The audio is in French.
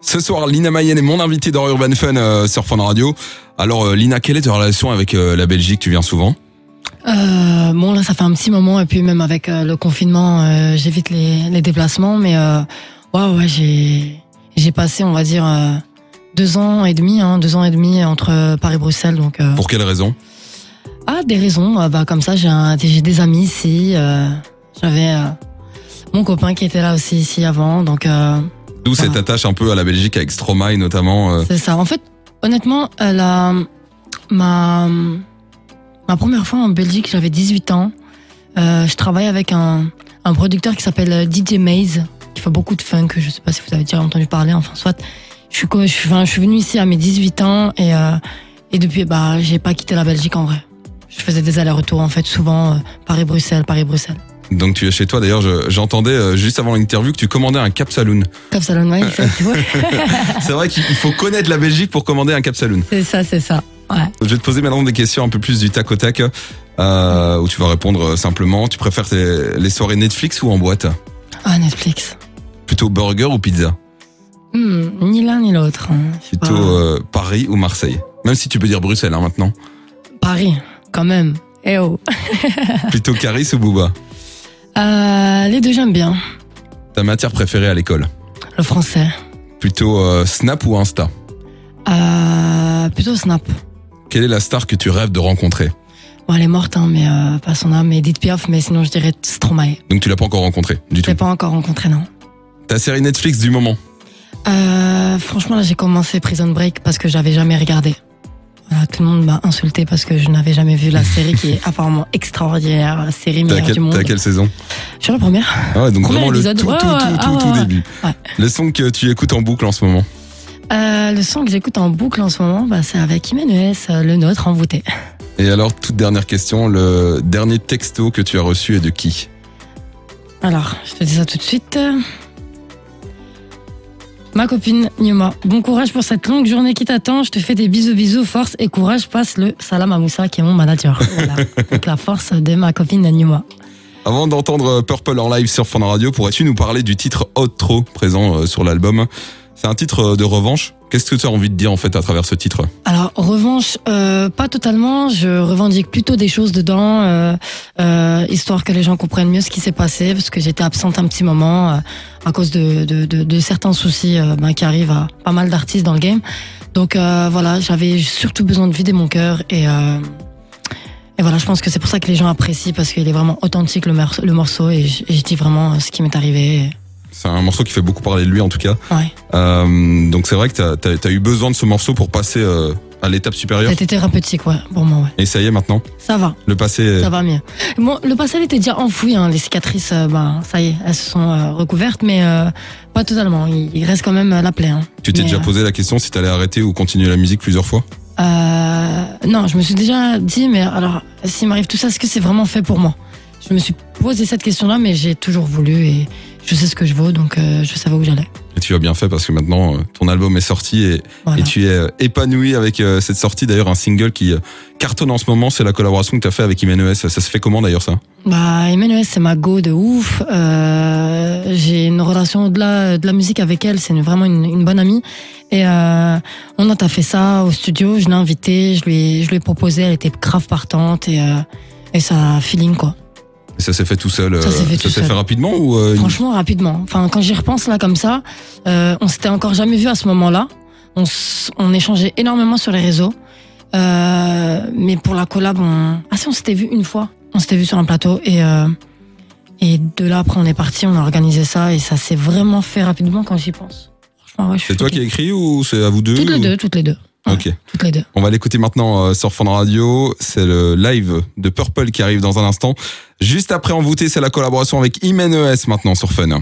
Ce soir, Lina Mayenne est mon invitée dans Urban Fun euh, sur Fun Radio. Alors, euh, Lina, quelle est ta relation avec euh, la Belgique Tu viens souvent Euh, bon, là, ça fait un petit moment, et puis même avec euh, le confinement, euh, j'évite les, les déplacements, mais euh, ouais, ouais, j'ai, j'ai passé, on va dire, euh, deux ans et demi, hein, deux ans et demi entre euh, Paris et Bruxelles, donc. euh, Pour quelle raison Ah, des raisons, euh, bah comme ça, j'ai, un, j'ai des amis ici, euh, j'avais euh, mon copain qui était là aussi ici avant, donc. euh, D'où Ah. cette attache un peu à la Belgique avec Stromae notamment. euh, C'est ça. En fait, honnêtement, euh, la, ma, ma première fois en Belgique, j'avais 18 ans. Euh, je travaille avec un, un producteur qui s'appelle euh, DJ Maze, qui fait beaucoup de funk. Je sais pas si vous avez déjà entendu parler, enfin, soit. Je suis, co- je suis, enfin, je suis venue ici à mes 18 ans et, euh, et depuis, bah, j'ai pas quitté la Belgique en vrai. Je faisais des allers-retours, en fait, souvent euh, Paris-Bruxelles, Paris-Bruxelles. Donc tu es chez toi. D'ailleurs, je- j'entendais euh, juste avant l'interview que tu commandais un Cap Saloon. Comme ça, le noyau, c'est- ouais, C'est vrai qu'il il faut connaître la Belgique pour commander un Cap Saloon. c'est ça, c'est ça. Ouais. Je vais te poser maintenant des questions un peu plus du tac au tac, euh, où tu vas répondre euh, simplement. Tu préfères tes- les soirées Netflix ou en boîte Ah, Netflix. Plutôt burger ou pizza Hmm, ni l'un ni l'autre. hein. Je sais Plutôt pas. euh, Paris ou Marseille Même si tu peux dire Bruxelles hein, maintenant. Paris, quand même. Eh oh. Plutôt Caris ou Booba Euh, les deux, j'aime bien. Ta matière préférée à l'école Le français. Plutôt euh, Snap ou Insta Euh, plutôt Snap. Quelle est la star que tu rêves de rencontrer Bon, elle est morte, hein, mais euh, pas son âme. Edith Piaf, mais sinon, je dirais Stromae. Donc tu l'as pas encore rencontrée du Je l'ai tout. pas encore rencontré, non. Ta série Netflix du moment Euh, franchement, là, j'ai commencé Prison Break parce que j'avais jamais regardé. Voilà, tout le monde m'a insulté parce que je n'avais jamais vu la série qui est apparemment extraordinaire, la série T'as meilleure quelle, du monde. t'as quelle saison Je suis la première. Ah ouais, donc Combien vraiment le tout, d'épisodes tout, tout, Ouais, tout, ouais, ah ouais, tout ouais. début. Ouais. Le son que tu écoutes en boucle en ce moment Euh, le son que j'écoute en boucle en ce moment, bah, c'est avec Imenes, euh, le nôtre, envoûté. Et alors, toute dernière question, le dernier texto que tu as reçu est de qui Alors, je te dis ça tout de suite. Ma copine Nioma, bon courage pour cette longue journée qui t'attend. Je te fais des bisous, bisous, force et courage. Passe le salam à Moussa qui est mon manager. Voilà. Donc la force de ma copine Nioma. Avant d'entendre Purple en live sur Fun Radio, pourrais-tu nous parler du titre Outro présent euh, sur l'album C'est un titre euh, de revanche. Qu'est-ce que tu as envie de dire en fait à travers ce titre Alors revanche, euh, pas totalement. Je revendique plutôt des choses dedans, euh, euh, histoire que les gens comprennent mieux ce qui s'est passé, parce que j'étais absente un petit moment euh, à cause de, de, de- de certains soucis euh, ben, qui arrivent à pas mal d'artistes dans le game. Donc euh, voilà, j'avais surtout besoin de vider mon cœur et euh, et voilà, je pense que c'est pour ça que les gens apprécient parce qu'il est vraiment authentique le, morceau- le morceau et je, et je dis vraiment euh, ce qui m'est arrivé. C'est un morceau qui fait beaucoup parler de lui en tout cas. Ouais. Euh, donc c'est vrai que t'as as, eu besoin de ce morceau pour passer euh, à l'étape supérieure. C'était thérapeutique, ouais, pour moi, ouais. Et ça y est maintenant, Ça va. le passé. euh, Ça va mieux. Bon, le passé elle était déjà enfoui, hein, les cicatrices, euh, bah, ça y est, elles se sont euh, recouvertes, mais euh, pas totalement. Il, il reste quand même euh, la plaie. Hein. Tu t'es Mais, déjà euh, posé la question si t'allais arrêter ou continuer la musique plusieurs fois euh, non, je me suis déjà dit, mais alors, s'il m'arrive tout ça, est-ce que c'est vraiment fait pour moi Je me suis posé cette question-là, mais j'ai toujours voulu et je sais ce que je vaux, donc euh, je savais où j'allais. Et tu as bien fait parce que maintenant euh, ton album est sorti et, Voilà. Et tu es euh, épanoui avec euh, cette sortie d'ailleurs un single qui euh, cartonne en ce moment, c'est la collaboration que tu as fait avec Imenes. Ça se fait comment d'ailleurs ça Bah, Emmanuel, c'est ma go de ouf. Euh, j'ai une relation au-delà de la musique avec elle. C'est une- vraiment une, une bonne amie. Et euh, on a fait ça au studio. Je l'ai invitée, je lui, ai- je lui ai proposé. Elle était grave partante et, euh, et ça a feeling quoi. Et ça s'est fait tout seul. euh, Ça s'est fait tout s'est seul. fait rapidement ou euh, une- Franchement, rapidement. Enfin, quand j'y repense là comme ça, euh, on s'était encore jamais vu à ce moment-là. On, s- on échangeait énormément sur les réseaux, Euh, mais pour la collab, on... ah si, on s'était vu une fois. On s'était vu sur un plateau et euh, et de là après on est parti, on a organisé ça et ça s'est vraiment fait rapidement quand j'y pense. Franchement, ouais, je suis c'est toi qui choquée. as écrit ou c'est à vous deux Toutes les ou- deux, toutes les deux, ouais. Ok, toutes les deux. on va l'écouter maintenant euh, sur Fun Radio. C'est le live de Purple qui arrive dans un instant. Juste après envoûté, c'est la collaboration avec Imenes E maintenant sur Fun.